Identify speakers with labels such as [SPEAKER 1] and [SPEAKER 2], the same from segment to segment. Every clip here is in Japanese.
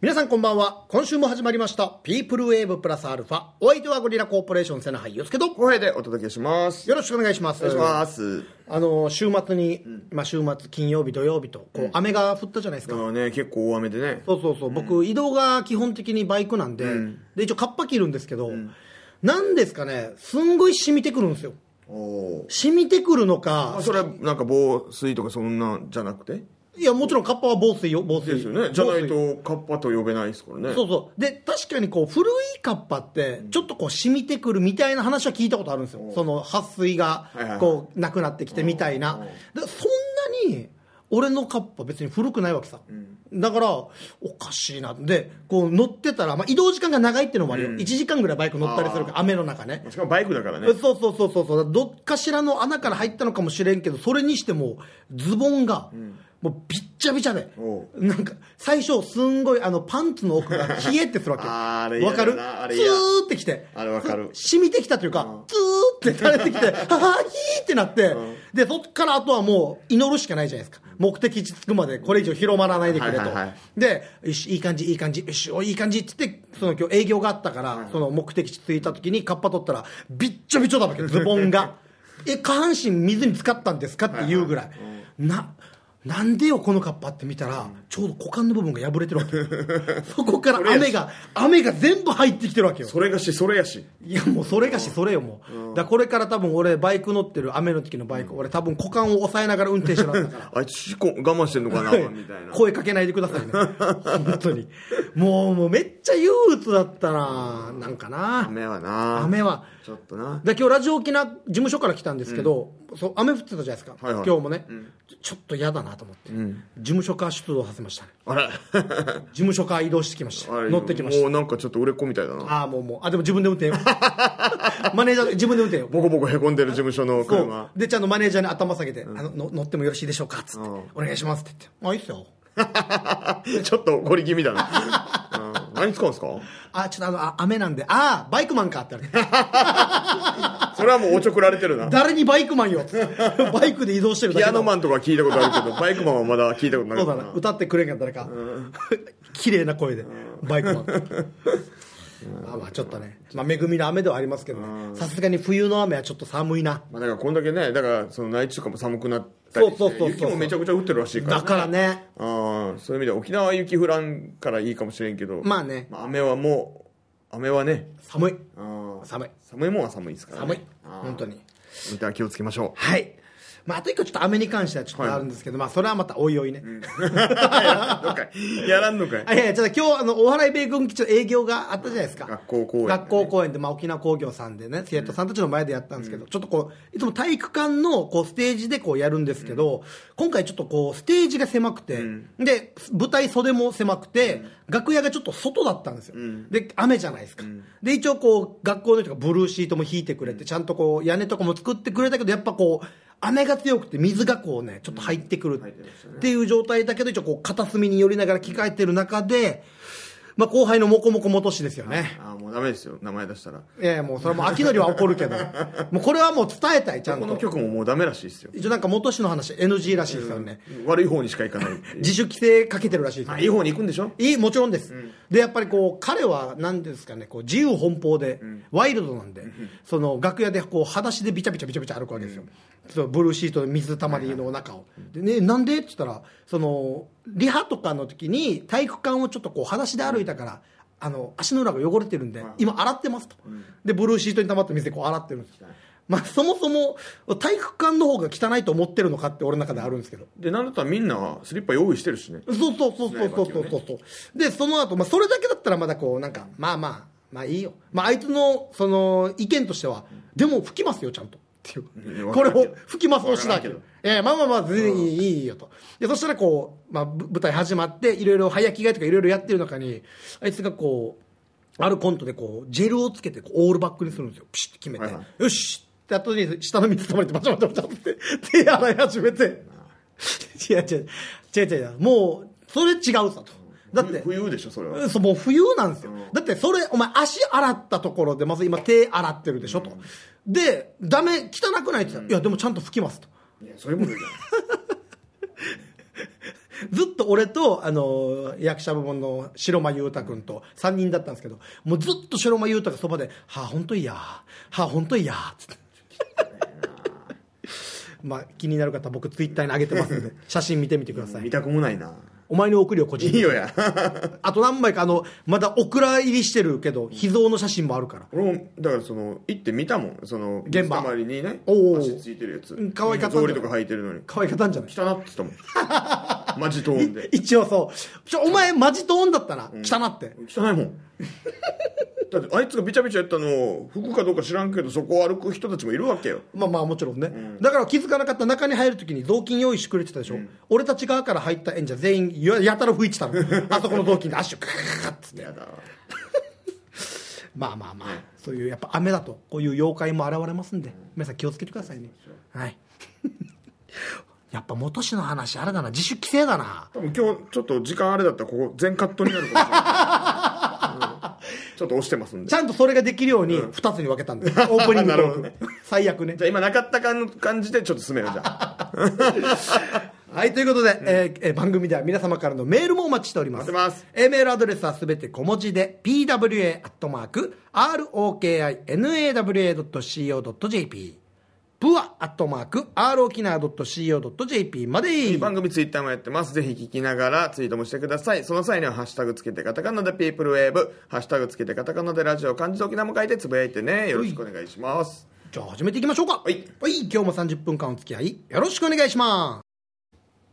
[SPEAKER 1] 皆さんこんばんは。今週も始まりました。ピープルウェーブプラスアルファ。お相手はゴリラコーポレーションセナハイヨスケと。よ
[SPEAKER 2] 公平でお届けします。
[SPEAKER 1] ろしくお願いします。
[SPEAKER 2] お願いします。
[SPEAKER 1] あの、週末に、まあ週末、金曜日、土曜日と、こう、雨が降ったじゃないですか。
[SPEAKER 2] まあね、結構大雨でね。
[SPEAKER 1] そうそうそう。僕、移動が基本的にバイクなんで、で、一応カッパ着るんですけど、なんですかね、すんごい染みてくるんですよ。
[SPEAKER 2] お
[SPEAKER 1] 染みてくるのか、
[SPEAKER 2] それはなんか防水とかそんなんじゃなくて
[SPEAKER 1] いや、もちろんカッパは防水よ、防水。
[SPEAKER 2] ですよね。じゃない
[SPEAKER 1] 防水
[SPEAKER 2] とカッパと呼べないですからね。
[SPEAKER 1] そうそう。で、確かにこう、古いカッパって、ちょっとこう、染みてくるみたいな話は聞いたことあるんですよ。その、撥水が
[SPEAKER 2] はいはいは、い
[SPEAKER 1] こう、なくなってきてみたいな。でそんなに、俺のカッパ別に古くないわけさ。だから、おかしいな。で、こう、乗ってたら、まあ、移動時間が長いっていうのもあるよ。1時間ぐらいバイク乗ったりするから、雨の中ね。
[SPEAKER 2] しかもバイクだからね。
[SPEAKER 1] そうそうそうそうそうどっかしらの穴から入ったのかもしれんけどそれにしてもズボンが、もうびっちゃびちゃで
[SPEAKER 2] お
[SPEAKER 1] なんか最初すんごいあのパンツの奥が冷えってするわけ
[SPEAKER 2] あーあれ
[SPEAKER 1] わかる
[SPEAKER 2] 嫌だなあれ
[SPEAKER 1] ツ
[SPEAKER 2] 嫌
[SPEAKER 1] ーってきて
[SPEAKER 2] あれわかる
[SPEAKER 1] 染みてきたというかツーって垂れ てきてははひーってなってでそっからあとはもう祈るしかないじゃないですか目的地着くまでこれ以上広まらないでくれと、
[SPEAKER 2] はいはいはい
[SPEAKER 1] でよしいい感じいい感じよしおいい感じって言ってその今日営業があったから、その目的地着いた時にカッパ取ったらびっちょびちょだわけズボン がえ下半身水に浸かったんですかっていうぐらい、ななんでよこのカッパって見たら、ちょうど股間の部分が破れてるわけ よそこから雨が雨が全部入ってきてるわけよ
[SPEAKER 2] それがし、それやし。
[SPEAKER 1] いやもうそれがしそれよもう、だからこれから多分俺バイク乗ってる雨の時のバイク、俺多分股間を抑えながら運転してるはずだから
[SPEAKER 2] あいつしこ我慢してんのかなみたいな。
[SPEAKER 1] 声かけないでくださいね本当にもうもうめっちゃ憂鬱だったななんかな
[SPEAKER 2] 雨はな。
[SPEAKER 1] 雨は
[SPEAKER 2] ちょっとな。
[SPEAKER 1] で今日ラジオ沖縄事務所から来たんですけど、そう雨降ってたじゃないですか、
[SPEAKER 2] はいはい
[SPEAKER 1] 今日もね、ちょちょっと嫌だなと思って、事務所から出動させましたね
[SPEAKER 2] あれ
[SPEAKER 1] 事務所から移動してきました
[SPEAKER 2] あれ
[SPEAKER 1] 乗ってきました
[SPEAKER 2] もうなんかちょっと売れっ子みたいだな。
[SPEAKER 1] ああもうもうあでも自分で運 転よマネージャー自分で運転よ
[SPEAKER 2] ボコボコへこんでる事務所の
[SPEAKER 1] そう
[SPEAKER 2] 車。
[SPEAKER 1] でちゃんとマネージャーに頭下げて、あのの乗ってもよろしいでしょうかっつって、
[SPEAKER 2] うん
[SPEAKER 1] お願いしますって言って「あいいっすよ」
[SPEAKER 2] ちょっと怒り気味だな。うん何使うんですか
[SPEAKER 1] あ、ちょっとあの、あ雨なんで、あーバイクマンかって言われて
[SPEAKER 2] それはもうおちょくられてるな。
[SPEAKER 1] 誰にバイクマン よっつってバイクで移動してるだ
[SPEAKER 2] ピ
[SPEAKER 1] け
[SPEAKER 2] ア
[SPEAKER 1] だ
[SPEAKER 2] ノマンとか聞いたことある けど、バイクマンはまだ聞いたことない
[SPEAKER 1] そうだな、歌ってくれんかったらか。綺麗な声で、バイクマン。まあまあ、ちょっとね、まあ、恵みの雨ではありますけどね、さすがに冬の雨はちょっと寒いな。
[SPEAKER 2] まあ、だからこんだけね、だからその内地とかも寒くなったりして、
[SPEAKER 1] そうそうそうそう
[SPEAKER 2] 雪もめちゃくちゃ降ってるらしいから、
[SPEAKER 1] だからね、
[SPEAKER 2] ああそういう意味では沖縄は雪降らんからいいかもしれんけど、
[SPEAKER 1] まあね
[SPEAKER 2] まあ、雨はもう、雨はね、
[SPEAKER 1] 寒い。
[SPEAKER 2] ああ
[SPEAKER 1] 寒い。
[SPEAKER 2] 寒いもんは寒いですから、
[SPEAKER 1] 寒
[SPEAKER 2] ね、
[SPEAKER 1] い。本当に。
[SPEAKER 2] 見たら気をつけましょ う。
[SPEAKER 1] はい。まあ、あと一個ちょっと雨に関してはちょっとあるんですけど、まあ、それはまたおいおいね。
[SPEAKER 2] どっかいやらんのかい。
[SPEAKER 1] あいやいや、ちょっと今日、あの、お笑い米軍基地の営業があったじゃないですか。
[SPEAKER 2] 学校公演
[SPEAKER 1] 学校公演で、まあ、沖縄工業さんでね、生徒さんたちの前でやったんですけど、ちょっとこう、いつも体育館の、こう、ステージでこうやるんですけど、今回ちょっとこう、ステージが狭くて、で、舞台袖も狭くて、楽屋がちょっと外だったんですよ。で、雨じゃないですか。で、一応こう、学校の人がブルーシートも引いてくれて、ちゃんとこう、屋根とかも作ってくれたけど、やっぱこう、雨が強くて水がこうね、ちょっと入ってくるっていう状態だけど、一応こう片隅に寄りながら着替えてる中で、まあ後輩のモコモコ元氏ですよね。
[SPEAKER 2] ああもうダメですよ、名前出したら。
[SPEAKER 1] いやいやもうそれはもう秋のりは怒る けど、もうこれはもう伝えたい、ちゃん
[SPEAKER 2] この
[SPEAKER 1] と。
[SPEAKER 2] 曲ももうダメらしいですよ。
[SPEAKER 1] 一応なんか元氏の話 NG らしいですよね。
[SPEAKER 2] 悪い方にしか行かないって いう。
[SPEAKER 1] 自主規制かけてるらしいです
[SPEAKER 2] あいい方に行くんでしょ
[SPEAKER 1] いいもちろんです、でやっぱりこう彼は何ですかねこう自由奔放で、ワイルドなんで、その楽屋でこう裸足でビチャビチャビチャビチャ歩くわけですよ、そのブルーシートで水たまりの中を、でね、なんでって言ったらそのリハとかの時に体育館をちょっとこう裸足で歩いたから、あの足の裏が汚れてるんで、今洗ってますと、でブルーシートに溜まった水でこう洗ってるんですよまあ、そもそも体育館の方が汚いと思ってるのかって俺の中であるんですけど
[SPEAKER 2] で、なんだったらみんなスリッパ用意してるしね。
[SPEAKER 1] そうそうそうそうそうそうそう、でその後、まあそれだけだったらまだこうなんかまあまあまあいいよ、まあ、あいつのその意見としては、でも吹きますよちゃんとってい
[SPEAKER 2] うん
[SPEAKER 1] う
[SPEAKER 2] わ
[SPEAKER 1] こ
[SPEAKER 2] か
[SPEAKER 1] れ
[SPEAKER 2] るけど
[SPEAKER 1] を吹きます押しだけ
[SPEAKER 2] わ
[SPEAKER 1] ど
[SPEAKER 2] か
[SPEAKER 1] ええまあまあまあ全然いい,、よとでそしたらこう、まあ、ぶ舞台始まっていろいろ早着替えとかいろいろやってる中にあいつがこうあるコントでこうジェルをつけてこうオールバックにするんですよピシッて決めて、
[SPEAKER 2] はいはい
[SPEAKER 1] よしって後に下の水溜まりってバチャバチャバチャって手洗い始めて 違う違う違う違うもうそれ違うさとだって
[SPEAKER 2] 冬でしょ、それは。
[SPEAKER 1] そうもう冬なんですよ、だってそれお前足洗ったところでまず今手洗ってるでしょと、でダメ汚くないって言ったら、いやでもちゃんと拭きますと
[SPEAKER 2] いや、そういうもんじゃない。
[SPEAKER 1] ずっと俺と、あのー役者部門の白間優太君と3人だったんですけど、もうずっと白間優太がそばで、はあ、本当いいや、はあ、本当いい や、つって。まあ、気になる方、僕、ツイッターに上げてますので、写真見てみてくださ
[SPEAKER 2] 見
[SPEAKER 1] い。
[SPEAKER 2] たくもないな
[SPEAKER 1] お前に送るよ、個
[SPEAKER 2] い
[SPEAKER 1] 人
[SPEAKER 2] い
[SPEAKER 1] に。
[SPEAKER 2] よ や
[SPEAKER 1] あと何枚か、あの、まだオクラ入りしてるけど、秘蔵の写真もあるから。
[SPEAKER 2] 俺もだからその行って見たもんその
[SPEAKER 1] 現場
[SPEAKER 2] 水たまりにね
[SPEAKER 1] おー
[SPEAKER 2] 足ついてるやつ
[SPEAKER 1] うん可愛かったん
[SPEAKER 2] 草
[SPEAKER 1] だ
[SPEAKER 2] 履とか履いてるのに
[SPEAKER 1] 可愛かったんじゃない
[SPEAKER 2] 汚ってたもん マジトーンで
[SPEAKER 1] 一応そう。ちょ、お前、マジトーンだったな。汚って。
[SPEAKER 2] 汚いもんだってあいつがびちゃびちゃやったのを服かどうか知らんけどそこを歩く人たちもいるわけよ
[SPEAKER 1] まあまあもちろんね、だから気づかなかった中に入るときに雑巾用意してくれてたでしょ、俺たち側から入った演者全員ややたら吹いてたのあそこの雑巾で足をカーカーッつって
[SPEAKER 2] やだ
[SPEAKER 1] まあまあまあ、そういうやっぱ雨だとこういう妖怪も現れますんで、皆さん気をつけてくださいねはい やっぱ元氏の話あれだな自主規制だな
[SPEAKER 2] 多分今日ちょっと時間あれだったらここ全カットになるかもしれな い、うんちょっと押してますんで
[SPEAKER 1] ちゃんとそれができるように2つに分けたんです、オープニング
[SPEAKER 2] なるほど
[SPEAKER 1] と
[SPEAKER 2] ね
[SPEAKER 1] 最悪ね
[SPEAKER 2] じゃあ今なかったかの感じでちょっと進めようじゃあ
[SPEAKER 1] はい、ということで、えーえー番組では皆様からのメールもお待ちしております。
[SPEAKER 2] 待ってます
[SPEAKER 1] えーメールアドレスはすべて小文字で、pwa.rokinawa.co.jp、pua.rokina.co.jp まで。
[SPEAKER 2] 番組ツイッターもやってますぜひ聞きながらツイートもしてくださいその際には「ハッシュタグつけてカタカナでピープルウェーブ」「ハッシュタグつけてカタカナでラジオ」漢字で沖縄も書いてつぶやいてねよろしくお願いします
[SPEAKER 1] じゃあ始めていきましょうか。
[SPEAKER 2] はい。
[SPEAKER 1] 今日も30分間お付き合い、よろしくお願いします。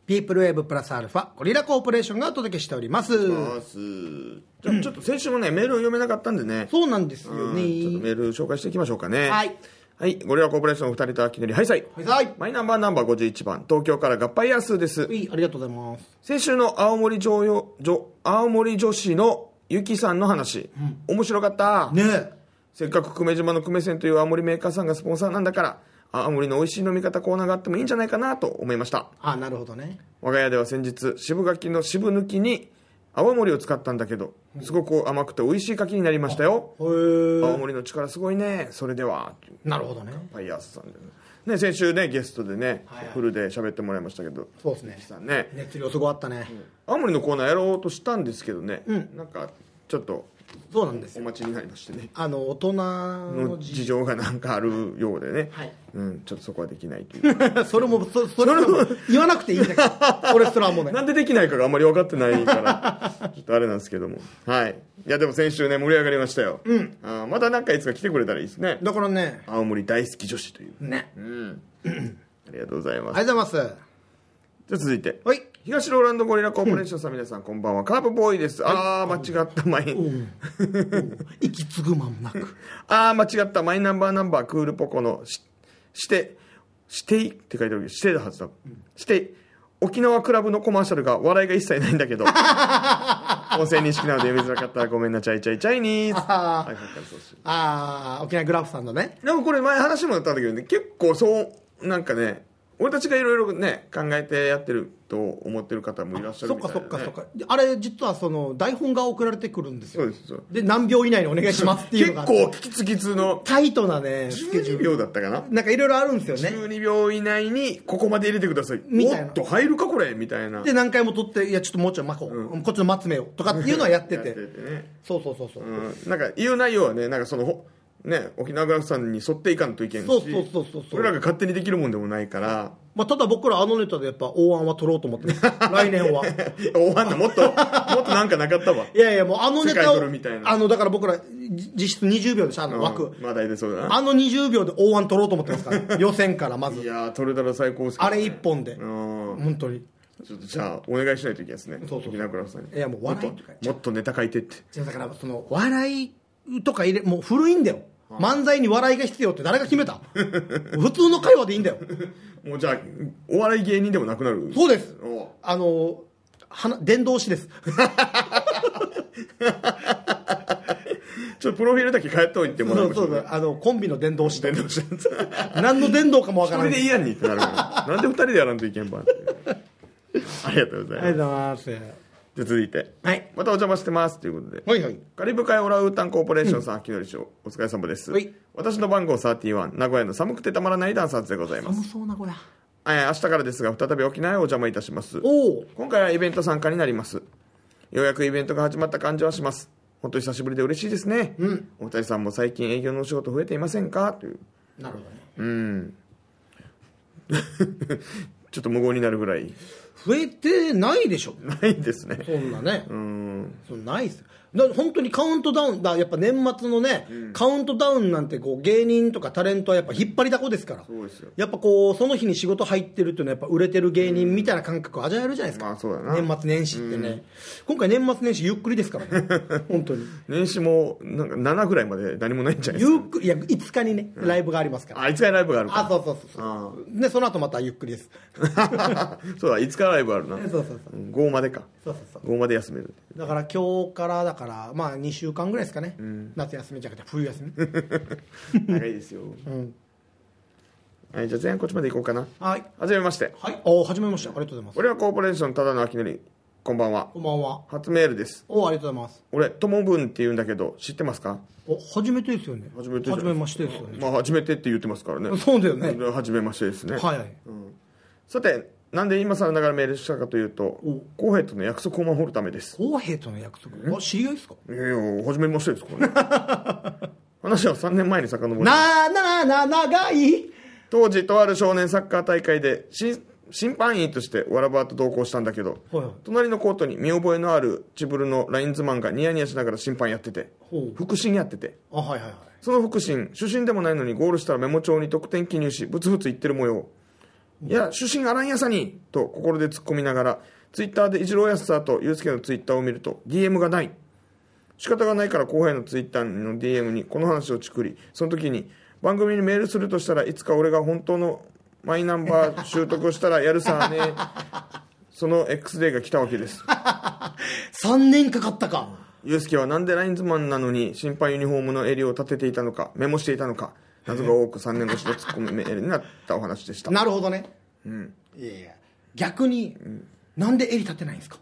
[SPEAKER 1] ピープルウェーブプラスアルファ、ゴリラコーポレーションがお届けしております。
[SPEAKER 2] ますじゃあちょっと先週もねメールを読めなかったんでね
[SPEAKER 1] そうなんですよね。
[SPEAKER 2] うんちょっとメール紹介していきましょうかね
[SPEAKER 1] はい、
[SPEAKER 2] はい、ゴリラコーポレーションお二人と秋のりハイサイ
[SPEAKER 1] はい、さい。
[SPEAKER 2] マイナンバーナンバー51番東京から合敗ヤースーです
[SPEAKER 1] はい、ありがとうございます。
[SPEAKER 2] 先週の青森女よ女青森女子のゆきさんの話、面白かった、
[SPEAKER 1] ねえ。
[SPEAKER 2] せっかく久米島の久米線という青森メーカーさんがスポンサーなんだから青森の美味しい飲み方コーナーがあってもいいんじゃないかなと思いました
[SPEAKER 1] あ、なるほどね。
[SPEAKER 2] 我が家では先日渋柿の渋抜きに泡盛を使ったんだけどすごく甘くて美味しい柿になりましたよ
[SPEAKER 1] へー
[SPEAKER 2] 青森の力すごいねそれでは
[SPEAKER 1] なるほどね
[SPEAKER 2] ファイヤースさんでねね先週ねゲストでね、
[SPEAKER 1] はいはい
[SPEAKER 2] フルで喋ってもらいましたけど
[SPEAKER 1] そうですね
[SPEAKER 2] さんね
[SPEAKER 1] 熱量すごかったね、
[SPEAKER 2] 青森のコーナーやろうとしたんですけどね、なんかちょっと
[SPEAKER 1] そうなんです
[SPEAKER 2] お
[SPEAKER 1] よ
[SPEAKER 2] 待ちになりましてね
[SPEAKER 1] あの大人の
[SPEAKER 2] の
[SPEAKER 1] じ
[SPEAKER 2] 事情がなんかあるようでね、
[SPEAKER 1] はい
[SPEAKER 2] うん、ちょっとそこはできないという
[SPEAKER 1] それもそそれも言わなくていいんだけど 俺それはもうね
[SPEAKER 2] なんでできないかがあんまり分かってない からちょっとあれなんですけどもはいいやでも先週ね盛り上がりましたよ、あーまたなんかいつか来てくれたらいいですね
[SPEAKER 1] だからね
[SPEAKER 2] 青森大好き女子という、
[SPEAKER 1] ね
[SPEAKER 2] うん、ありがとうございます、
[SPEAKER 1] ありがとうございます
[SPEAKER 2] じゃあ続いて
[SPEAKER 1] はい
[SPEAKER 2] 東ローランドゴリラコーポレーションさん皆さんこんばんはカーブボーイですああ間違ったマイン
[SPEAKER 1] 息継ぐ間もなく
[SPEAKER 2] ああ間違ったマイナンバーナンバークールポコのししてしていって書いてあるけどしてだはずだして沖縄クラブのコマーシャルが笑いが一切ないん だけど音声認識なので読みづらかったらごめんなチャイチャイチャイニ ーズ
[SPEAKER 1] あー
[SPEAKER 2] はいはいはいそうです
[SPEAKER 1] ああ沖縄グラフさんのね
[SPEAKER 2] でもこれ前話もあったんだけどね結構そうなんかね俺たちがいろいろね考えてやってると思ってる方もいらっしゃ
[SPEAKER 1] そ
[SPEAKER 2] る
[SPEAKER 1] っ
[SPEAKER 2] みた
[SPEAKER 1] か
[SPEAKER 2] い
[SPEAKER 1] そ
[SPEAKER 2] な、ね、
[SPEAKER 1] っかそっかであれ実はその台本が送られてくるんです
[SPEAKER 2] そ
[SPEAKER 1] よ
[SPEAKER 2] うですそう
[SPEAKER 1] で何秒以内にお願いしますっていう
[SPEAKER 2] 結
[SPEAKER 1] のが
[SPEAKER 2] 構キツキツの
[SPEAKER 1] タイトなねスケジュ
[SPEAKER 2] 12
[SPEAKER 1] ール
[SPEAKER 2] 秒だったかな
[SPEAKER 1] なんかいろいろあるんですよね
[SPEAKER 2] 12秒以内にここまで入れてください
[SPEAKER 1] みたいな
[SPEAKER 2] おっと入るかこれみたいな
[SPEAKER 1] で何回も撮っていやちょっともうちょい巻こう、こっちの待つ目をとかっていうのはやって
[SPEAKER 2] や
[SPEAKER 1] て
[SPEAKER 2] ね
[SPEAKER 1] そうそうそうそう、
[SPEAKER 2] うん、なんか言う内容はねなんかそのほね沖縄グラフさんに沿っていかんといけんし
[SPEAKER 1] そうそうそうそうそう
[SPEAKER 2] 俺らが勝手にできるもんでもないから
[SPEAKER 1] まあ、ただ僕らあのネタでやっぱ大案は取ろうと思ってます来年は
[SPEAKER 2] おわんなもっともっ となんかなかったわ
[SPEAKER 1] いやいやもうあのネ
[SPEAKER 2] 世
[SPEAKER 1] タ
[SPEAKER 2] 界
[SPEAKER 1] を
[SPEAKER 2] 撮るみたいな
[SPEAKER 1] あのだから僕らじ実質20秒でしゃあの枠、
[SPEAKER 2] うんまだ入れそうだな
[SPEAKER 1] あの20秒で大案取ろうと思ってますから 予選からま
[SPEAKER 2] い
[SPEAKER 1] ず
[SPEAKER 2] やー取れたら最高ですけど
[SPEAKER 1] あれ一本で、
[SPEAKER 2] うん
[SPEAKER 1] 本当に
[SPEAKER 2] ちょっとじゃあお願いしないといけないですね
[SPEAKER 1] そうそうそう
[SPEAKER 2] 沖縄グラフさんに
[SPEAKER 1] いやもう笑い
[SPEAKER 2] もっ
[SPEAKER 1] とか
[SPEAKER 2] ともっとネタ書いてって
[SPEAKER 1] じゃあだからその笑いとか入れもう古いんだよ漫才に笑いが必要って誰が決め た普通の会話でいいんだよ
[SPEAKER 2] もうじゃあお笑い芸人でもなくなる
[SPEAKER 1] そうです
[SPEAKER 2] お
[SPEAKER 1] あのはな伝道師です
[SPEAKER 2] ちょっとプロフィールだけ変えておいてもら
[SPEAKER 1] そううそうそうあのコンビの伝道師
[SPEAKER 2] 伝道師なんです
[SPEAKER 1] 何の伝道かもわか
[SPEAKER 2] そ
[SPEAKER 1] らな
[SPEAKER 2] れ
[SPEAKER 1] い
[SPEAKER 2] でいいやんにってなる からなんで二人でやらんといけんばんってありがとうござい
[SPEAKER 1] あ
[SPEAKER 2] ま
[SPEAKER 1] りがとうご
[SPEAKER 2] す
[SPEAKER 1] ざいます。
[SPEAKER 2] じゃあ続いて
[SPEAKER 1] はい。
[SPEAKER 2] またお邪魔してますということで
[SPEAKER 1] はいはい。
[SPEAKER 2] カリブ海オランウータンコーポレーションさん、秋のり賞お疲れ様です
[SPEAKER 1] はい
[SPEAKER 2] 私の番号31名古屋の寒くてたまらないダンサーズでございます
[SPEAKER 1] そうな、こや。
[SPEAKER 2] えー明日からですが再び沖縄へお邪魔いたします
[SPEAKER 1] おお
[SPEAKER 2] 今回はイベント参加になりますようやくイベントが始まった感じはします本当に久しぶりで嬉しいですね、
[SPEAKER 1] うん、
[SPEAKER 2] お二人さんも最近営業のお仕事増えていませんかという
[SPEAKER 1] なるほどね
[SPEAKER 2] うん ちょっと無言になるぐらい
[SPEAKER 1] 増えてないでしょ
[SPEAKER 2] ないですね
[SPEAKER 1] そんな ね、
[SPEAKER 2] うん
[SPEAKER 1] そんなないっすよだから本当にカウントダウンだやっぱ年末のね、カウントダウンなんてこう芸人とかタレントはやっぱ引っ張りだこですから
[SPEAKER 2] そうですよ
[SPEAKER 1] やっぱこうその日に仕事入ってるっていうのはやっぱ売れてる芸人みたいな感覚味わえるじゃないですか、
[SPEAKER 2] まあそうだな
[SPEAKER 1] 年末年始ってね、今回年末年始ゆっくりですからね 本当に
[SPEAKER 2] 年始もなんか7ぐらいまで何もないんじゃないです
[SPEAKER 1] ゆっくりいや5日にねライブがありますから、
[SPEAKER 2] かあいつがライブがある
[SPEAKER 1] あ
[SPEAKER 2] か
[SPEAKER 1] そうそうそうそうねその後またゆっくりです
[SPEAKER 2] ら そうだいつからライブあるな
[SPEAKER 1] そうそうそう
[SPEAKER 2] うん5までか
[SPEAKER 1] そうそうそう
[SPEAKER 2] 5まで休める
[SPEAKER 1] だから今日からだからまあ2週間ぐらいですかね、夏休みじゃなくて冬休み
[SPEAKER 2] 長いですよ、
[SPEAKER 1] ん
[SPEAKER 2] はい、じゃあ前半こっちまで行こうかな
[SPEAKER 1] はい
[SPEAKER 2] はじめまして
[SPEAKER 1] はいおはじめましてありがとうございます
[SPEAKER 2] 俺はコーポレーションただの秋典こんばんは
[SPEAKER 1] こんばんは
[SPEAKER 2] 初メールです
[SPEAKER 1] おありがとうございます
[SPEAKER 2] 俺ともぶんって言うんだけど知ってますか
[SPEAKER 1] お初めてですよね
[SPEAKER 2] 初めてじゃな
[SPEAKER 1] 初
[SPEAKER 2] い
[SPEAKER 1] めましてですよね
[SPEAKER 2] まあ初めてって言ってますからね
[SPEAKER 1] そうだよね
[SPEAKER 2] はじめましてですね、
[SPEAKER 1] はいはい
[SPEAKER 2] さてなんで今更ながらメールしたかというと浩平との約束を守るためです
[SPEAKER 1] 公平との約束お知り合いですか
[SPEAKER 2] いやいや、初めましてです、これ。 話は3年前に遡る。
[SPEAKER 1] なーなーなー長い
[SPEAKER 2] 当時、とある少年サッカー大会で、審審判員としてわらばと同行したんだけど、
[SPEAKER 1] はいはい
[SPEAKER 2] 隣のコートに見覚えのあるチブルのラインズマンがニヤニヤしながら審判やってて
[SPEAKER 1] ほう、
[SPEAKER 2] 腹審やってて、
[SPEAKER 1] あはいはいはい
[SPEAKER 2] その腹審、主審でもないのにゴールしたらメモ帳に得点記入し、ブツブツ言ってる模様。いや、主審あらんやさにと心で突っ込みながら、ツイッターでイチローやすさとユうスケのツイッターを見ると、DM がない。仕方がないから後輩のツイッターの DM にこの話をチクり、その時に、番組にメールするとしたらいつか俺が本当のマイナンバー習得したらやるさね。その X デーが来たわけです。
[SPEAKER 1] 3年かかったか
[SPEAKER 2] ユうスケはなんでラインズマンなのに審判ユニフォームの襟を立てていたのか、メモしていたのか、謎が多く3年越しの突っ込みメールになったお話でした。
[SPEAKER 1] なるほどねいやいや逆に、なんで襟立てないんですか、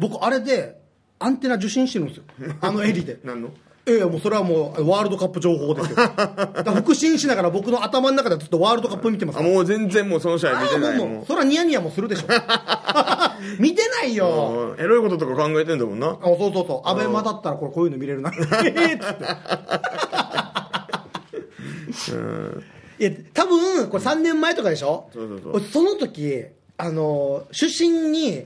[SPEAKER 1] 僕あれでアンテナ受信してるんですよあの襟で
[SPEAKER 2] 何の
[SPEAKER 1] ええもうそれはもうワールドカップ情報ですよだから腹心しながら僕の頭の中でずっとワールドカップ見てます
[SPEAKER 2] あ、もう全然もうその試合見て
[SPEAKER 1] あ
[SPEAKER 2] な
[SPEAKER 1] あ
[SPEAKER 2] い。
[SPEAKER 1] もうも
[SPEAKER 2] も
[SPEAKER 1] うそらニヤニヤもするで しょ見てないうよ
[SPEAKER 2] もうエロいこととか考えてんだもんな
[SPEAKER 1] あ。そうそうそうアベマだったらこれこういうの見れる なええっつっていや多分これ3年前とかでしょ、
[SPEAKER 2] そうそうそう
[SPEAKER 1] 俺その時あの主審に、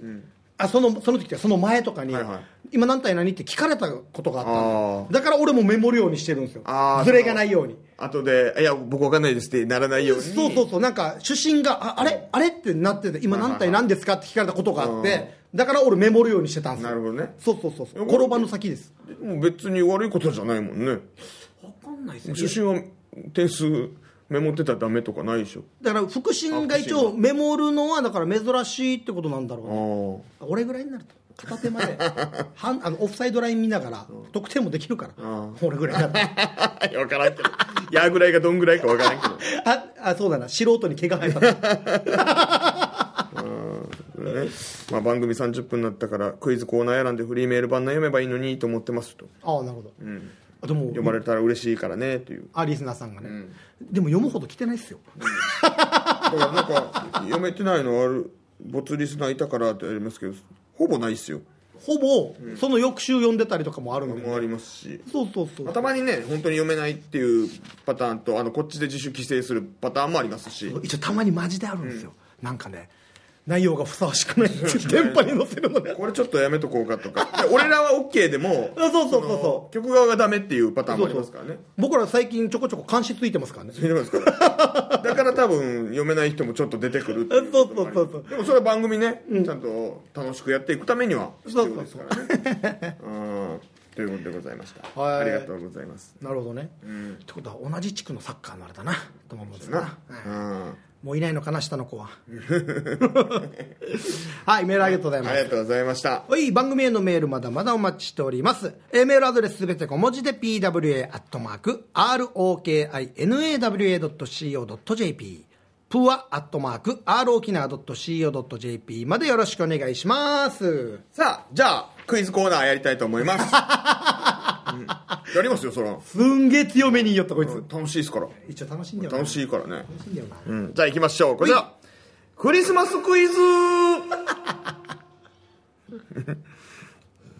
[SPEAKER 1] あそのその時ってその前とかに、
[SPEAKER 2] はいはい
[SPEAKER 1] 今何対何って聞かれたことがあったの
[SPEAKER 2] あー
[SPEAKER 1] だから俺もメモるようにしてるんですよ
[SPEAKER 2] あー
[SPEAKER 1] ズレがないように
[SPEAKER 2] あとで、いや、僕わかんないですってならないように。
[SPEAKER 1] そうそうそう、なんか、主審が、ああれあれってなってて、今何対何ですかって聞かれたことがあっ
[SPEAKER 2] うん
[SPEAKER 1] て、だから俺メモるようにしてたんですよ。
[SPEAKER 2] なるほどね。
[SPEAKER 1] そうそうそうそう。転ばぬ先です。
[SPEAKER 2] でも別に悪いことじゃないもんね。
[SPEAKER 1] わかんないですね
[SPEAKER 2] 出身は点数メモってたらダメとかないでしょ。
[SPEAKER 1] だから、腹心が一応メモるのは、だから珍しいってことなんだろうね。
[SPEAKER 2] あ
[SPEAKER 1] 俺ぐらいになると。片手ま で、はんあのオフサイドライン見ながら、得点もできるから
[SPEAKER 2] うん。
[SPEAKER 1] 俺ぐらいになると。
[SPEAKER 2] あ。いやわからんけど。いやぐらいがどんぐらいかわからんけど。
[SPEAKER 1] あ、あそうだな。素人に毛が生え た。
[SPEAKER 2] ねまあ、番組30分になったからクイズコーナー選んでフリーメール版の読めばいいのにと思ってますと
[SPEAKER 1] ああ、なるほど。あでも、
[SPEAKER 2] 読まれたら嬉しいからねという
[SPEAKER 1] あ、リスナーさんがね。でも読むほど来てないっすよ。
[SPEAKER 2] だからなんか読めてないのある没リスナーいたからってありますけどほぼないっすよ
[SPEAKER 1] ほぼ、その翌週読んでたりとかもあるので、
[SPEAKER 2] もありますし
[SPEAKER 1] そうそうそう
[SPEAKER 2] まあたまにね本当に読めないっていうパターンとあのこっちで自主規制するパターンもありますし
[SPEAKER 1] 一応たまにマジであるんですよ、なんかね内容がふさわしくないって電波に載せるのね
[SPEAKER 2] これちょっとやめとこうかとかで俺らは OK でも
[SPEAKER 1] あそうそうそうそ
[SPEAKER 2] 曲側がダメっていうパターンもありますからね
[SPEAKER 1] う僕ら最近ちょこちょこ監視ついてますからね
[SPEAKER 2] 見れますからだから多分読めない人もちょっと出てくるっていう
[SPEAKER 1] そうそうそうそう
[SPEAKER 2] でもそれは番組ね、ちゃんと楽しくやっていくためには必要ですからね。うんということでございました。
[SPEAKER 1] はい
[SPEAKER 2] ありがとうございます。
[SPEAKER 1] なるほどね、ってことは同じ地区のサッカーのあれだなとも思うんです
[SPEAKER 2] な
[SPEAKER 1] な、、
[SPEAKER 2] うん、
[SPEAKER 1] もういないのかな下の子は はいメールありがとうございます、
[SPEAKER 2] ありがとうございました。
[SPEAKER 1] はい、番組へのメールまだまだお待ちしております。えーメールアドレスすべて小文字で pwa.rokinawa.co.jp プアアットマーク rokina.co.jp までよろしくお願いします。
[SPEAKER 2] さあ、じゃあ、クイズコーナーやりたいと思 います。うんやりますよ、そら。
[SPEAKER 1] すんげえ強めに言いよったこいつ。
[SPEAKER 2] 楽しいですから。
[SPEAKER 1] 一応楽しんでよな
[SPEAKER 2] 楽しいからね。
[SPEAKER 1] 楽しんでよな。
[SPEAKER 2] うん、じゃあ行きましょう。こちら。クリスマスク イズ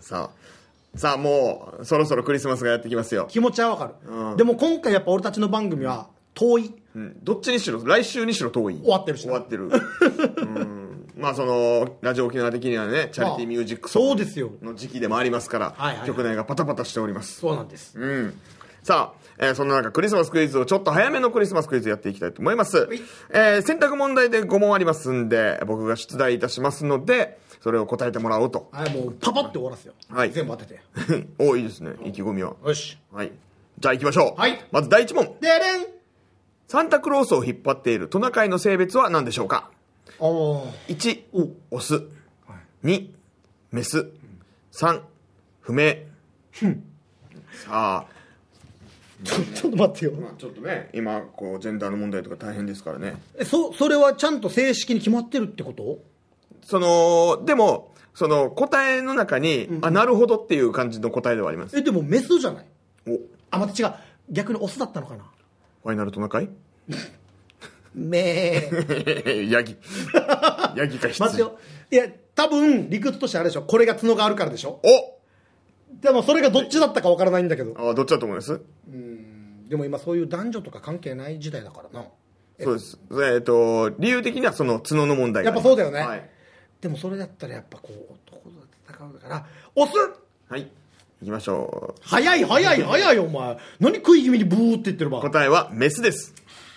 [SPEAKER 2] さあさあもうそろそろクリスマスがやってきますよ、
[SPEAKER 1] 気持ちはわかる、
[SPEAKER 2] うん
[SPEAKER 1] でも今回やっぱ俺たちの番組は遠い
[SPEAKER 2] うん、どっちにしろ来週にしろ遠い
[SPEAKER 1] 終わってるし
[SPEAKER 2] 終わってるうんまあそのラジオ沖縄的にはねチャリティーミュージックソング
[SPEAKER 1] そうですよ
[SPEAKER 2] の時期でもありますから、
[SPEAKER 1] はいはいはい
[SPEAKER 2] 局内がパタパタしております
[SPEAKER 1] そうなんです
[SPEAKER 2] うん。さあ、えーそんな中、クリスマスクイズをちょっと早めのクリスマスクイズやっていきたいと思います
[SPEAKER 1] い。
[SPEAKER 2] えー選択問題で5問ありますんで、僕が出題いたしますので、それを答えてもらおうと。
[SPEAKER 1] はいもうパパって終わらすよ、
[SPEAKER 2] はい
[SPEAKER 1] 全部当てて
[SPEAKER 2] おいいですね、意気込みは。
[SPEAKER 1] よし
[SPEAKER 2] はい。じゃあ行きましょう。
[SPEAKER 1] はい
[SPEAKER 2] まず第1問。
[SPEAKER 1] でれん
[SPEAKER 2] サンタクロースを引っ張っているトナカイの性別は何でしょうか
[SPEAKER 1] お
[SPEAKER 2] ?1、オス。2、メス。3、不明。さあ、
[SPEAKER 1] ちょ ちょっと待ってよ
[SPEAKER 2] まあちょっとね、今、こう、ジェンダーの問題とか大変ですからね。
[SPEAKER 1] えそそれはちゃんと正式に決まってるってこと
[SPEAKER 2] その、でも、その答えの中に、あ、なるほどっていう感じの答えではあります。
[SPEAKER 1] えでもメスじゃない
[SPEAKER 2] お、フ
[SPEAKER 1] あまた違う逆にオスだったのかな
[SPEAKER 2] ァイナルトナカイ
[SPEAKER 1] めー
[SPEAKER 2] ヤギ。ヤギか 羊。
[SPEAKER 1] 待ってよいや多分理屈としてあれでしょこれが角があるからでしょ
[SPEAKER 2] お
[SPEAKER 1] でもそれがどっちだったかわからないんだけど
[SPEAKER 2] あどっちだと思います
[SPEAKER 1] でも今そういう男女とか関係ない時代だからな
[SPEAKER 2] そうです。えっ、と、理由的にはその角の問題が
[SPEAKER 1] やっぱそうだよね、
[SPEAKER 2] はい。
[SPEAKER 1] でもそれだったらやっぱこう男と戦うからオス
[SPEAKER 2] はい。行きましょ
[SPEAKER 1] 早い早い早いお前何食い気味にブーって言ってるば
[SPEAKER 2] う。答えはメスです。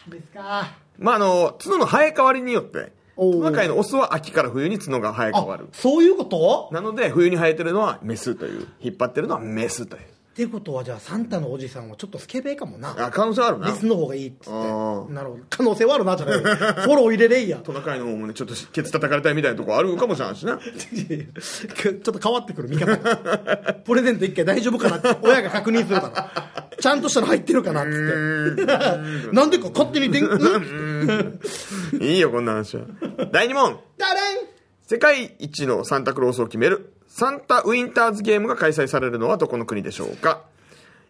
[SPEAKER 1] ですか
[SPEAKER 2] まあ、あの、角の生え変わりによって、
[SPEAKER 1] おー
[SPEAKER 2] トナカイのオスは秋から冬に角が生え変わ
[SPEAKER 1] あ
[SPEAKER 2] る。
[SPEAKER 1] そういうこと
[SPEAKER 2] なので、冬に生えてるのはメスという。引っ張ってるのはメスという。
[SPEAKER 1] ってことはじゃあサンタのおじさんはちょっとスケベかもな
[SPEAKER 2] あ、可能性あるな。
[SPEAKER 1] メスの方がいいっつって
[SPEAKER 2] あー
[SPEAKER 1] なるほど可能性はあるなじゃない よフォロー入れれいや
[SPEAKER 2] トナカイの方もね、ちょっとケツ叩かれたいみたいなとこあるかもしれないしな。
[SPEAKER 1] ちょっと変わってくる見方がプレゼント一回大丈夫かなって親が確認するからちゃんとしたの入ってるかなっつってなんでか勝手にでんうん
[SPEAKER 2] いいよ、こんな話は。第2問。
[SPEAKER 1] 誰ん
[SPEAKER 2] 世界一のサンタクロースを決める、サンタウィンターズゲームが開催されるのはどこの国でしょうか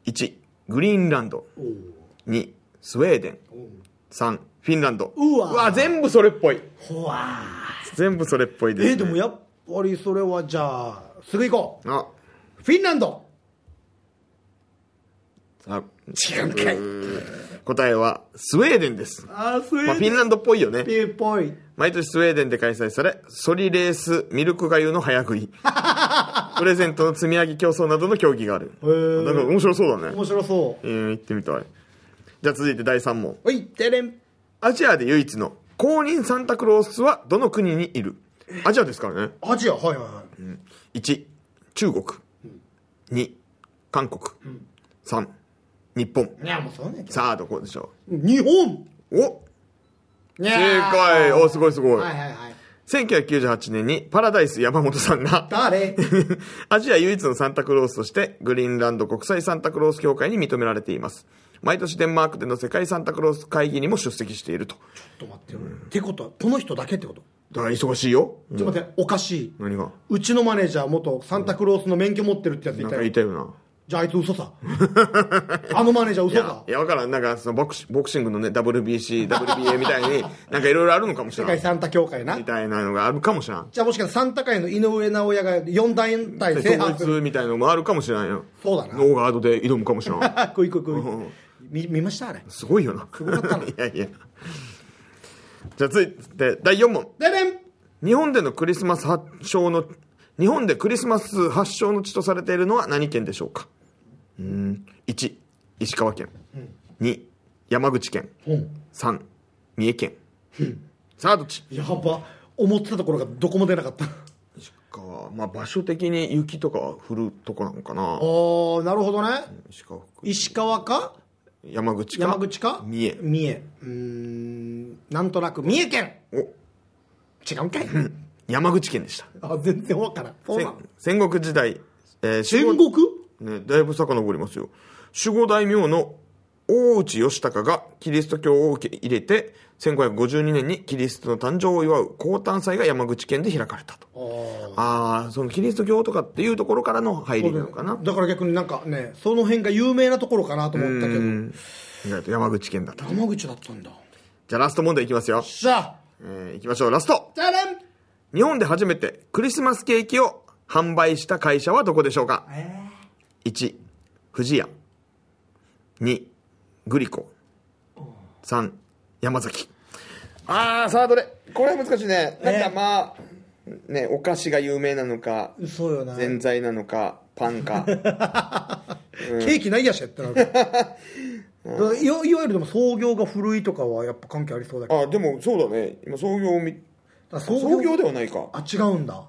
[SPEAKER 2] ?1、グリーンランド。2、スウェーデン。3、フィンランド。
[SPEAKER 1] うわ
[SPEAKER 2] 全部それっぽい。
[SPEAKER 1] ほわ
[SPEAKER 2] 全部それっぽいです、ね。
[SPEAKER 1] えーでもやっぱりそれはじゃあすぐ行こう
[SPEAKER 2] あ、
[SPEAKER 1] フィンランド
[SPEAKER 2] あ、
[SPEAKER 1] 違うんかい
[SPEAKER 2] 答えは、スウェーデンです。
[SPEAKER 1] あースウ
[SPEAKER 2] まあ、フィンランドっぽいよね。
[SPEAKER 1] ピーポイ
[SPEAKER 2] 毎年スウェーデンで開催され、ソリレース、ミルクがゆの早 食い、プレゼントの積み上げ競争などの競技がある。
[SPEAKER 1] ー
[SPEAKER 2] なんか面白そうだね。
[SPEAKER 1] 面白そ
[SPEAKER 2] えー、行ってみたい。じゃあ続いて第3問。
[SPEAKER 1] うはいてれん
[SPEAKER 2] アジアで唯一の公認サンタクロースはどの国にいるアジアですからね。
[SPEAKER 1] アジアはいはいはい
[SPEAKER 2] 1、中国。2、韓国。3、日本。
[SPEAKER 1] いやもうそうねんけ
[SPEAKER 2] さあ、どこでしょ
[SPEAKER 1] ど日本
[SPEAKER 2] うお
[SPEAKER 1] 正
[SPEAKER 2] 正解おすごいすごい
[SPEAKER 1] はいはいはい
[SPEAKER 2] !1998 年にパラダイス山本さんが、
[SPEAKER 1] 誰
[SPEAKER 2] アジア唯一のサンタクロースとして、グリーンランド国際サンタクロース協会に認められています。毎年デンマークでの世界サンタクロース会議にも出席していると。
[SPEAKER 1] ちょっと待ってよ、ってことはこの人だけってこと
[SPEAKER 2] だから忙しいよ。
[SPEAKER 1] ちょっと待っておかしい
[SPEAKER 2] 何が
[SPEAKER 1] うちのマネージャー元サンタクロースの免許持ってるってやつい
[SPEAKER 2] なん
[SPEAKER 1] た
[SPEAKER 2] か
[SPEAKER 1] よ
[SPEAKER 2] 言いたいよな。
[SPEAKER 1] じゃああいつ嘘さ あのマネージャー嘘さ
[SPEAKER 2] いや、わからん。なんか、そのボクシ、ボクシングのね、WBC、WBA みたいに、なんかいろいろあるのかもし
[SPEAKER 1] 世
[SPEAKER 2] れな
[SPEAKER 1] 界
[SPEAKER 2] い。
[SPEAKER 1] サンタ協会な
[SPEAKER 2] みたいなのがあるかもしれん。
[SPEAKER 1] じゃあもしかしたらサンタ界の井上尚弥が4団体制
[SPEAKER 2] 統
[SPEAKER 1] 覇する
[SPEAKER 2] 一みたいなのもあるかもしれないよ。
[SPEAKER 1] そうだな
[SPEAKER 2] ノーガードで挑むかもしれん。
[SPEAKER 1] あこいこいこい見見ましたあれ
[SPEAKER 2] すごいよな。
[SPEAKER 1] ごかったない
[SPEAKER 2] や いや。じゃあ続いて、第4問。
[SPEAKER 1] でれん
[SPEAKER 2] 日本でのクリスマス発祥の、日本でクリスマス発祥の地とされているのは何県でしょうかうーん。1、石川県。2、山口県。
[SPEAKER 1] うん
[SPEAKER 2] 3、三重県。さあ、どっち
[SPEAKER 1] やば思ってたところがどこも出なかったあ
[SPEAKER 2] 石川、まあ場所的に雪とか降るとこなのかな
[SPEAKER 1] あーなるほどね
[SPEAKER 2] 石川福井
[SPEAKER 1] 石川か
[SPEAKER 2] 山口か
[SPEAKER 1] 山口か
[SPEAKER 2] 三重
[SPEAKER 1] 三重うーんなんとなく三重県
[SPEAKER 2] お
[SPEAKER 1] 違うんかい
[SPEAKER 2] 山口県でした
[SPEAKER 1] あ全然わからんそうなの
[SPEAKER 2] 戦戦国時代、えー
[SPEAKER 1] 戦
[SPEAKER 2] 守
[SPEAKER 1] 国
[SPEAKER 2] 護ね、だいぶ遡りますよ守護大名の大内義隆がキリスト教を受け入れて1552年にキリストの誕生を祝う高誕祭が山口県で開かれたと
[SPEAKER 1] あ
[SPEAKER 2] ああそのキリスト教とかっていうところからの入りなのかな
[SPEAKER 1] あだから逆になんかねその辺が有名なところかなと思ったけど
[SPEAKER 2] 意外と山口県だった
[SPEAKER 1] 山口だったんだよ
[SPEAKER 2] じゃあラスト問題いきますよ
[SPEAKER 1] っしゃ
[SPEAKER 2] えー、いきましょう、ラスト。
[SPEAKER 1] じゃらん
[SPEAKER 2] 日本で初めてクリスマスケーキを販売した会社はどこでしょうか
[SPEAKER 1] え
[SPEAKER 2] ?1、富士屋。2、グリコ。3、山崎。あー、さあどれこれは難しいね。なんかまあ、ね、お菓子が有名なのか、
[SPEAKER 1] ー、そうよな。ケ
[SPEAKER 2] ぜんざいなのか、パンか。
[SPEAKER 1] ーキないやしやって なるからだからいわいわゆるでも創業が古いとかはやっぱ関係ありそうだけど。
[SPEAKER 2] あ、でもそうだね。今創業 み、
[SPEAKER 1] だから
[SPEAKER 2] 創業ではないか。
[SPEAKER 1] あ、違うんだ。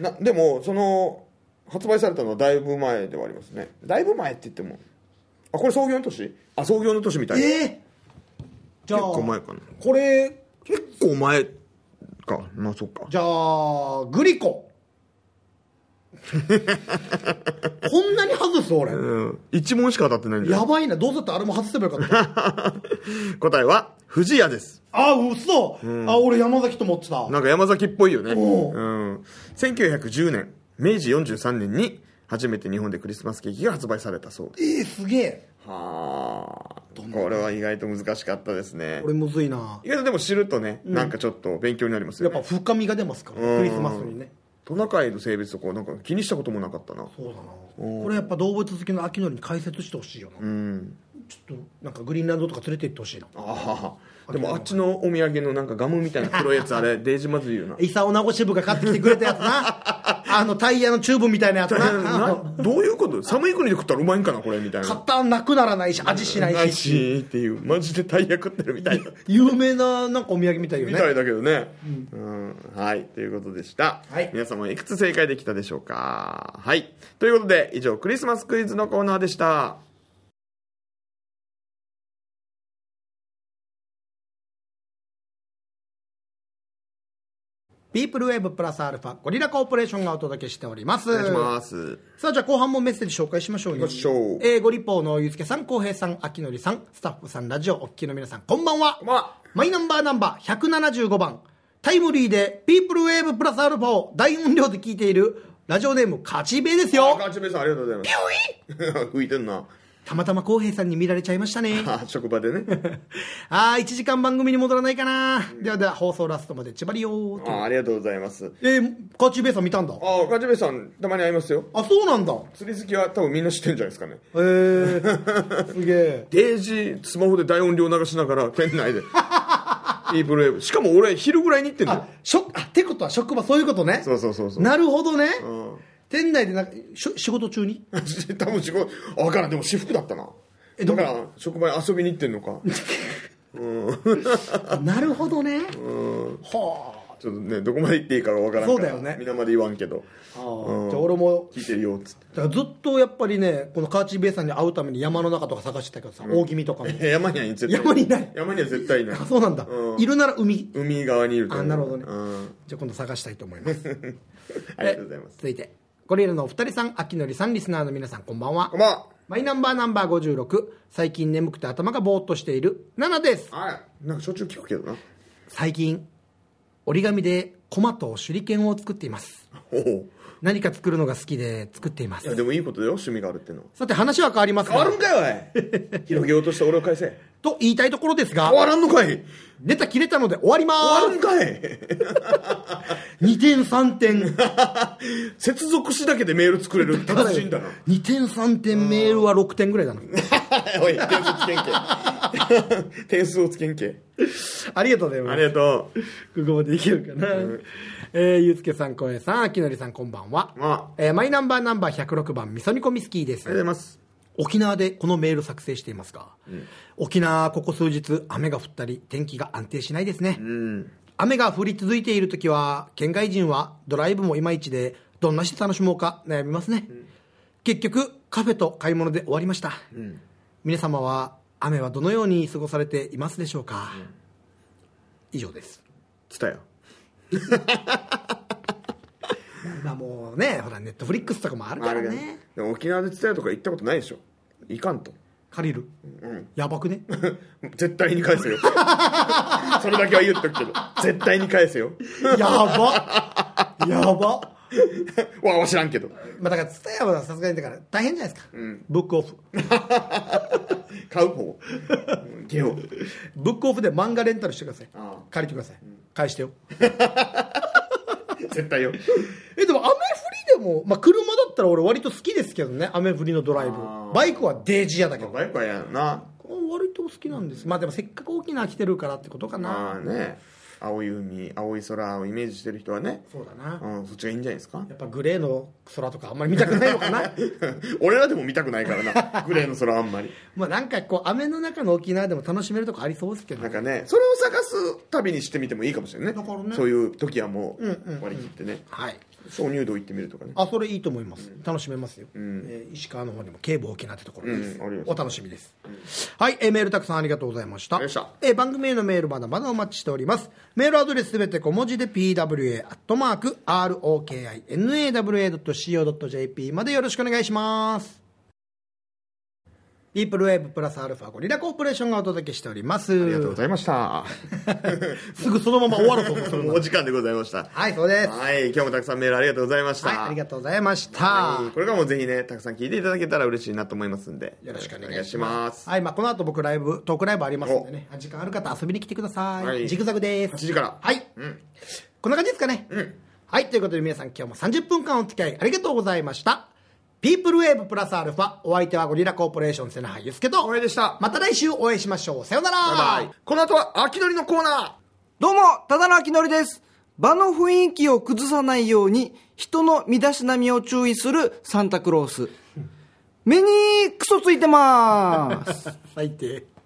[SPEAKER 2] なでもその発売されたのはだいぶ前ではありますねだいぶ前って言ってもあこれ創業の年あ創業の年みたいな
[SPEAKER 1] えー、じゃあ、
[SPEAKER 2] 結構前かな
[SPEAKER 1] これ、
[SPEAKER 2] 結構前かまあそっか
[SPEAKER 1] じゃあ、グリ コ。こんなに外す俺。
[SPEAKER 2] うん一問しか当たってないんだよ
[SPEAKER 1] やばいな。どうだったらあれも外せばよか った。
[SPEAKER 2] 答えは藤屋です
[SPEAKER 1] あ、嘘、あ、俺山崎と思ってた。
[SPEAKER 2] なんか山崎っぽいよね
[SPEAKER 1] おう
[SPEAKER 2] うん1910年明治43年に初めて日本でクリスマスケーキが発売されたそうです
[SPEAKER 1] えー、すげえ。
[SPEAKER 2] はあこれは意外と難しかったですね
[SPEAKER 1] 俺むずいな。
[SPEAKER 2] 意外とでも知るとね、なんかちょっと勉強になります
[SPEAKER 1] や
[SPEAKER 2] よ
[SPEAKER 1] っ
[SPEAKER 2] ね
[SPEAKER 1] ぱ深みが出ますから、クリスマスにね。
[SPEAKER 2] トナカイの性別とかなんか気にしたこともなかったな
[SPEAKER 1] そうだな。これやっぱ動物好きの秋のりに解説してほしいよな。ちょっとなんかグリーンランドとか連れて行ってほしいな。
[SPEAKER 2] ああでもあっちのお土産のなんかガムみたいな黒いやつあ れデージまずいよな
[SPEAKER 1] イサオナゴシブが買ってきてくれたやつ な。あのタイヤのチューブみたいなやつな。
[SPEAKER 2] などういうこと寒い国で食ったらうまいんかなこれみたい
[SPEAKER 1] 買
[SPEAKER 2] な
[SPEAKER 1] ったらなくならないし、味しな
[SPEAKER 2] ない
[SPEAKER 1] いし。
[SPEAKER 2] しっていうマジでタイヤ食ってるみたいな
[SPEAKER 1] 有名ななんかお土産みたいよ
[SPEAKER 2] み
[SPEAKER 1] ね。
[SPEAKER 2] たいだけどね、うんはいということでした、
[SPEAKER 1] はい
[SPEAKER 2] 皆様いくつ正解できたでしょうかはいということで以上クリスマスクイズのコーナーでした
[SPEAKER 1] ピープルウェーブプラスアルファゴリラコーポレーションがお届けしております。
[SPEAKER 2] お願いします
[SPEAKER 1] さあじゃあ後半もメッセージ紹介しましょうよ。
[SPEAKER 2] 行きましょう
[SPEAKER 1] えー、ご立法のゆうすけさん、こうへいさん、あきのりさん、スタッフさん、ラジオお聞きの皆さん、こんばんは。
[SPEAKER 2] こんばんは
[SPEAKER 1] マイナンバーナンバー175番、タイムリーでピープルウェーブプラスアルファを大音量で聞いているラジオネームカチベイですよ。
[SPEAKER 2] 赤チベさんありがとうございますピュイ 浮いてんな
[SPEAKER 1] たまたまこうへいさんに見られちゃいました ね。
[SPEAKER 2] あ職場でね
[SPEAKER 1] あー、1時間番組に戻らないかな。ではでは放送ラストまでちばりよーと。
[SPEAKER 2] あありがとうございます
[SPEAKER 1] えー、カチベイさん見たんだ。
[SPEAKER 2] ああ、ガチベさん、たまに会いますよ。
[SPEAKER 1] あ、そうなんだ。
[SPEAKER 2] 釣り好きは多分みんな知ってるんじゃないですかね。
[SPEAKER 1] え ー、すげえ。
[SPEAKER 2] デイジー、スマホで大音量流しながら、店 内で。ピープルウェーブ。しかも俺、昼ぐらいに行ってんだよ
[SPEAKER 1] あ。、しょ、あ、ってことは職場そういうことね。
[SPEAKER 2] そうそうそうそう。
[SPEAKER 1] なるほどね。
[SPEAKER 2] うん。
[SPEAKER 1] 店内でなんか、しょ仕事中 に
[SPEAKER 2] 多分違う。あわからん、でも私服だったな。
[SPEAKER 1] えど
[SPEAKER 2] だ
[SPEAKER 1] こ
[SPEAKER 2] から、職場に遊びに行ってんのか。
[SPEAKER 1] あなるほどね。はあ。
[SPEAKER 2] ちょっとね、どこまで行っていいかがわからん
[SPEAKER 1] そう
[SPEAKER 2] から。
[SPEAKER 1] だよね
[SPEAKER 2] 皆まで言わんけど。
[SPEAKER 1] あーじゃあ俺も
[SPEAKER 2] 聞いてるよ、つって。
[SPEAKER 1] だからずっとやっぱりねこのカーチーベイさんに会うために山の中とか探してたけどさ、大気味とかも
[SPEAKER 2] いや 山にはい絶対
[SPEAKER 1] 山にいない
[SPEAKER 2] 山には絶対いない
[SPEAKER 1] あ。そうなんだ、
[SPEAKER 2] うん
[SPEAKER 1] いるなら海
[SPEAKER 2] 海側にいると思う
[SPEAKER 1] あなるほどね
[SPEAKER 2] うん。
[SPEAKER 1] じゃあ今度探したいと思います
[SPEAKER 2] ありがとうございます。
[SPEAKER 1] 続いてゴリラのお二人さん秋のりさんリスナーの皆さんこんばんは
[SPEAKER 2] こんばんは。
[SPEAKER 1] マイナンバーナンバー56最近眠くて頭がぼーっとしている7です
[SPEAKER 2] あなんかしょっちゅう聞くけどな。
[SPEAKER 1] 最近折り紙でコマと手裏剣を作っています
[SPEAKER 2] おお。
[SPEAKER 1] 何か作るのが好きで作っていま
[SPEAKER 2] いや
[SPEAKER 1] す
[SPEAKER 2] でもいいことだよ趣味があるってのは
[SPEAKER 1] さて話は変わりますが
[SPEAKER 2] 変わるんかいお い広げようとした俺を返せ
[SPEAKER 1] と言いたいところです
[SPEAKER 2] 変
[SPEAKER 1] が
[SPEAKER 2] わらんのかい変
[SPEAKER 1] ネタ切れたので終わりま
[SPEAKER 2] わ
[SPEAKER 1] ー
[SPEAKER 2] るんかい
[SPEAKER 1] す2点3点
[SPEAKER 2] 接続詞だけでメール作れる達人だな
[SPEAKER 1] 2点3点メールは6点ぐらいだな
[SPEAKER 2] おい点数つけんけ 点数をつけんけ
[SPEAKER 1] ありがとうございま
[SPEAKER 2] あ
[SPEAKER 1] す
[SPEAKER 2] りがと
[SPEAKER 1] ここまでいけるかな、えーゆうすけさんこえさんあきのりさんこんばんは、
[SPEAKER 2] うまあ
[SPEAKER 1] えーマイナンバーナンバー106番みそにこみスキーで
[SPEAKER 2] ありがとうござい
[SPEAKER 1] す
[SPEAKER 2] ます
[SPEAKER 1] 沖縄でこのメール作成していますが、沖縄ここ数日雨が降ったり天気が安定しないですね、
[SPEAKER 2] うん
[SPEAKER 1] 雨が降り続いている時は県外人はドライブもいまいちでどんなして楽しもうか悩みますね、結局カフェと買い物で終わりました、皆様は雨はどのように過ごされていますでしょうか、以上です
[SPEAKER 2] つたよ
[SPEAKER 1] まあもうねほらネットフリックスとかもあるからね
[SPEAKER 2] でも沖縄でつたよとか行ったことないでしょいかんと
[SPEAKER 1] 借りる、やばくね
[SPEAKER 2] 絶対に返せよ それだけは言っとくけど絶対に返せよ
[SPEAKER 1] やばやば
[SPEAKER 2] わあわ知らんけど
[SPEAKER 1] まあだから蔦屋はさすがにだから大変じゃないですか、ブックオフ
[SPEAKER 2] 買う方ゲオ
[SPEAKER 1] ブックオフで漫画レンタルしてください
[SPEAKER 2] ああ
[SPEAKER 1] 借りてください、返してよ
[SPEAKER 2] 絶対よ
[SPEAKER 1] えでも雨降りでも、まあ、車だったら俺割と好きですけどね雨降りのドライブ
[SPEAKER 2] あー
[SPEAKER 1] バイクはデージアだけど
[SPEAKER 2] バイクはやんな
[SPEAKER 1] 割と好きなんですまあでもせっかく大きな来てるからってことかな
[SPEAKER 2] まあね青い海青い空をイメージしてる人はね、
[SPEAKER 1] そうだな
[SPEAKER 2] うん、そっちがいいんじゃないですか
[SPEAKER 1] やっぱグレーの空とかあんまり見たくないのか な
[SPEAKER 2] 俺らでも見たくないからなグレーの空あんまり
[SPEAKER 1] まあなんかこう雨の中の沖縄でも楽しめるとこありそうですけど
[SPEAKER 2] なんかねそれを探す旅にしてみてもいいかもしれない
[SPEAKER 1] だからね
[SPEAKER 2] そういう時はもう割り切ってね
[SPEAKER 1] はい
[SPEAKER 2] 鍾乳洞行ってみるとかね
[SPEAKER 1] あそれいいと思います、楽しめますよ、えー石川の方にも警部沖縄ってところです、
[SPEAKER 2] うんありがと
[SPEAKER 1] お
[SPEAKER 2] う
[SPEAKER 1] 楽しみです、はい、えーメールたくさんありがとうございました
[SPEAKER 2] ありがとうござい
[SPEAKER 1] えー番組へのメールまだまだお待ちしておりますメールアドレスすべて小文字で pwa.rokinawa.co.jp までよろしくお願いしますピープルウェーブプラスアルファゴリラコーポレーションがお届けしております
[SPEAKER 2] ありがとうございました
[SPEAKER 1] すぐそのまま終わろうと思って
[SPEAKER 2] もうお時間でございました
[SPEAKER 1] はいそうです
[SPEAKER 2] はい今日もたくさんメールありがとうございました、
[SPEAKER 1] はいありがとうございました、
[SPEAKER 2] はいこれからもぜひねたくさん聞いていただけたら嬉しいなと思いますんで
[SPEAKER 1] よろしくお願
[SPEAKER 2] お願
[SPEAKER 1] い
[SPEAKER 2] い
[SPEAKER 1] し
[SPEAKER 2] し
[SPEAKER 1] ま。
[SPEAKER 2] ますす
[SPEAKER 1] はい、まあ、この後僕ライブ、トークライブありますんでね、時間ある方遊びに来てください。
[SPEAKER 2] はい
[SPEAKER 1] ジグザグです。
[SPEAKER 2] 8時から
[SPEAKER 1] はい。
[SPEAKER 2] うん
[SPEAKER 1] こんな感じですかね。はい、ということで皆さん今日も30分間お付き合いありがとうございました。ピープルウェーブプラスアルファ、お相手はゴリラコーポレーション瀬名葉ゆすけと
[SPEAKER 2] お、会いでした
[SPEAKER 1] また来週お会いしましょう。さようなら。
[SPEAKER 2] バイバイこの後は秋のりのコーナー
[SPEAKER 3] どうも、ただのあきのりです。場の雰囲気を崩さないように、人の身だしなみを注意するサンタクロース。目にクソついてます。
[SPEAKER 1] 最低。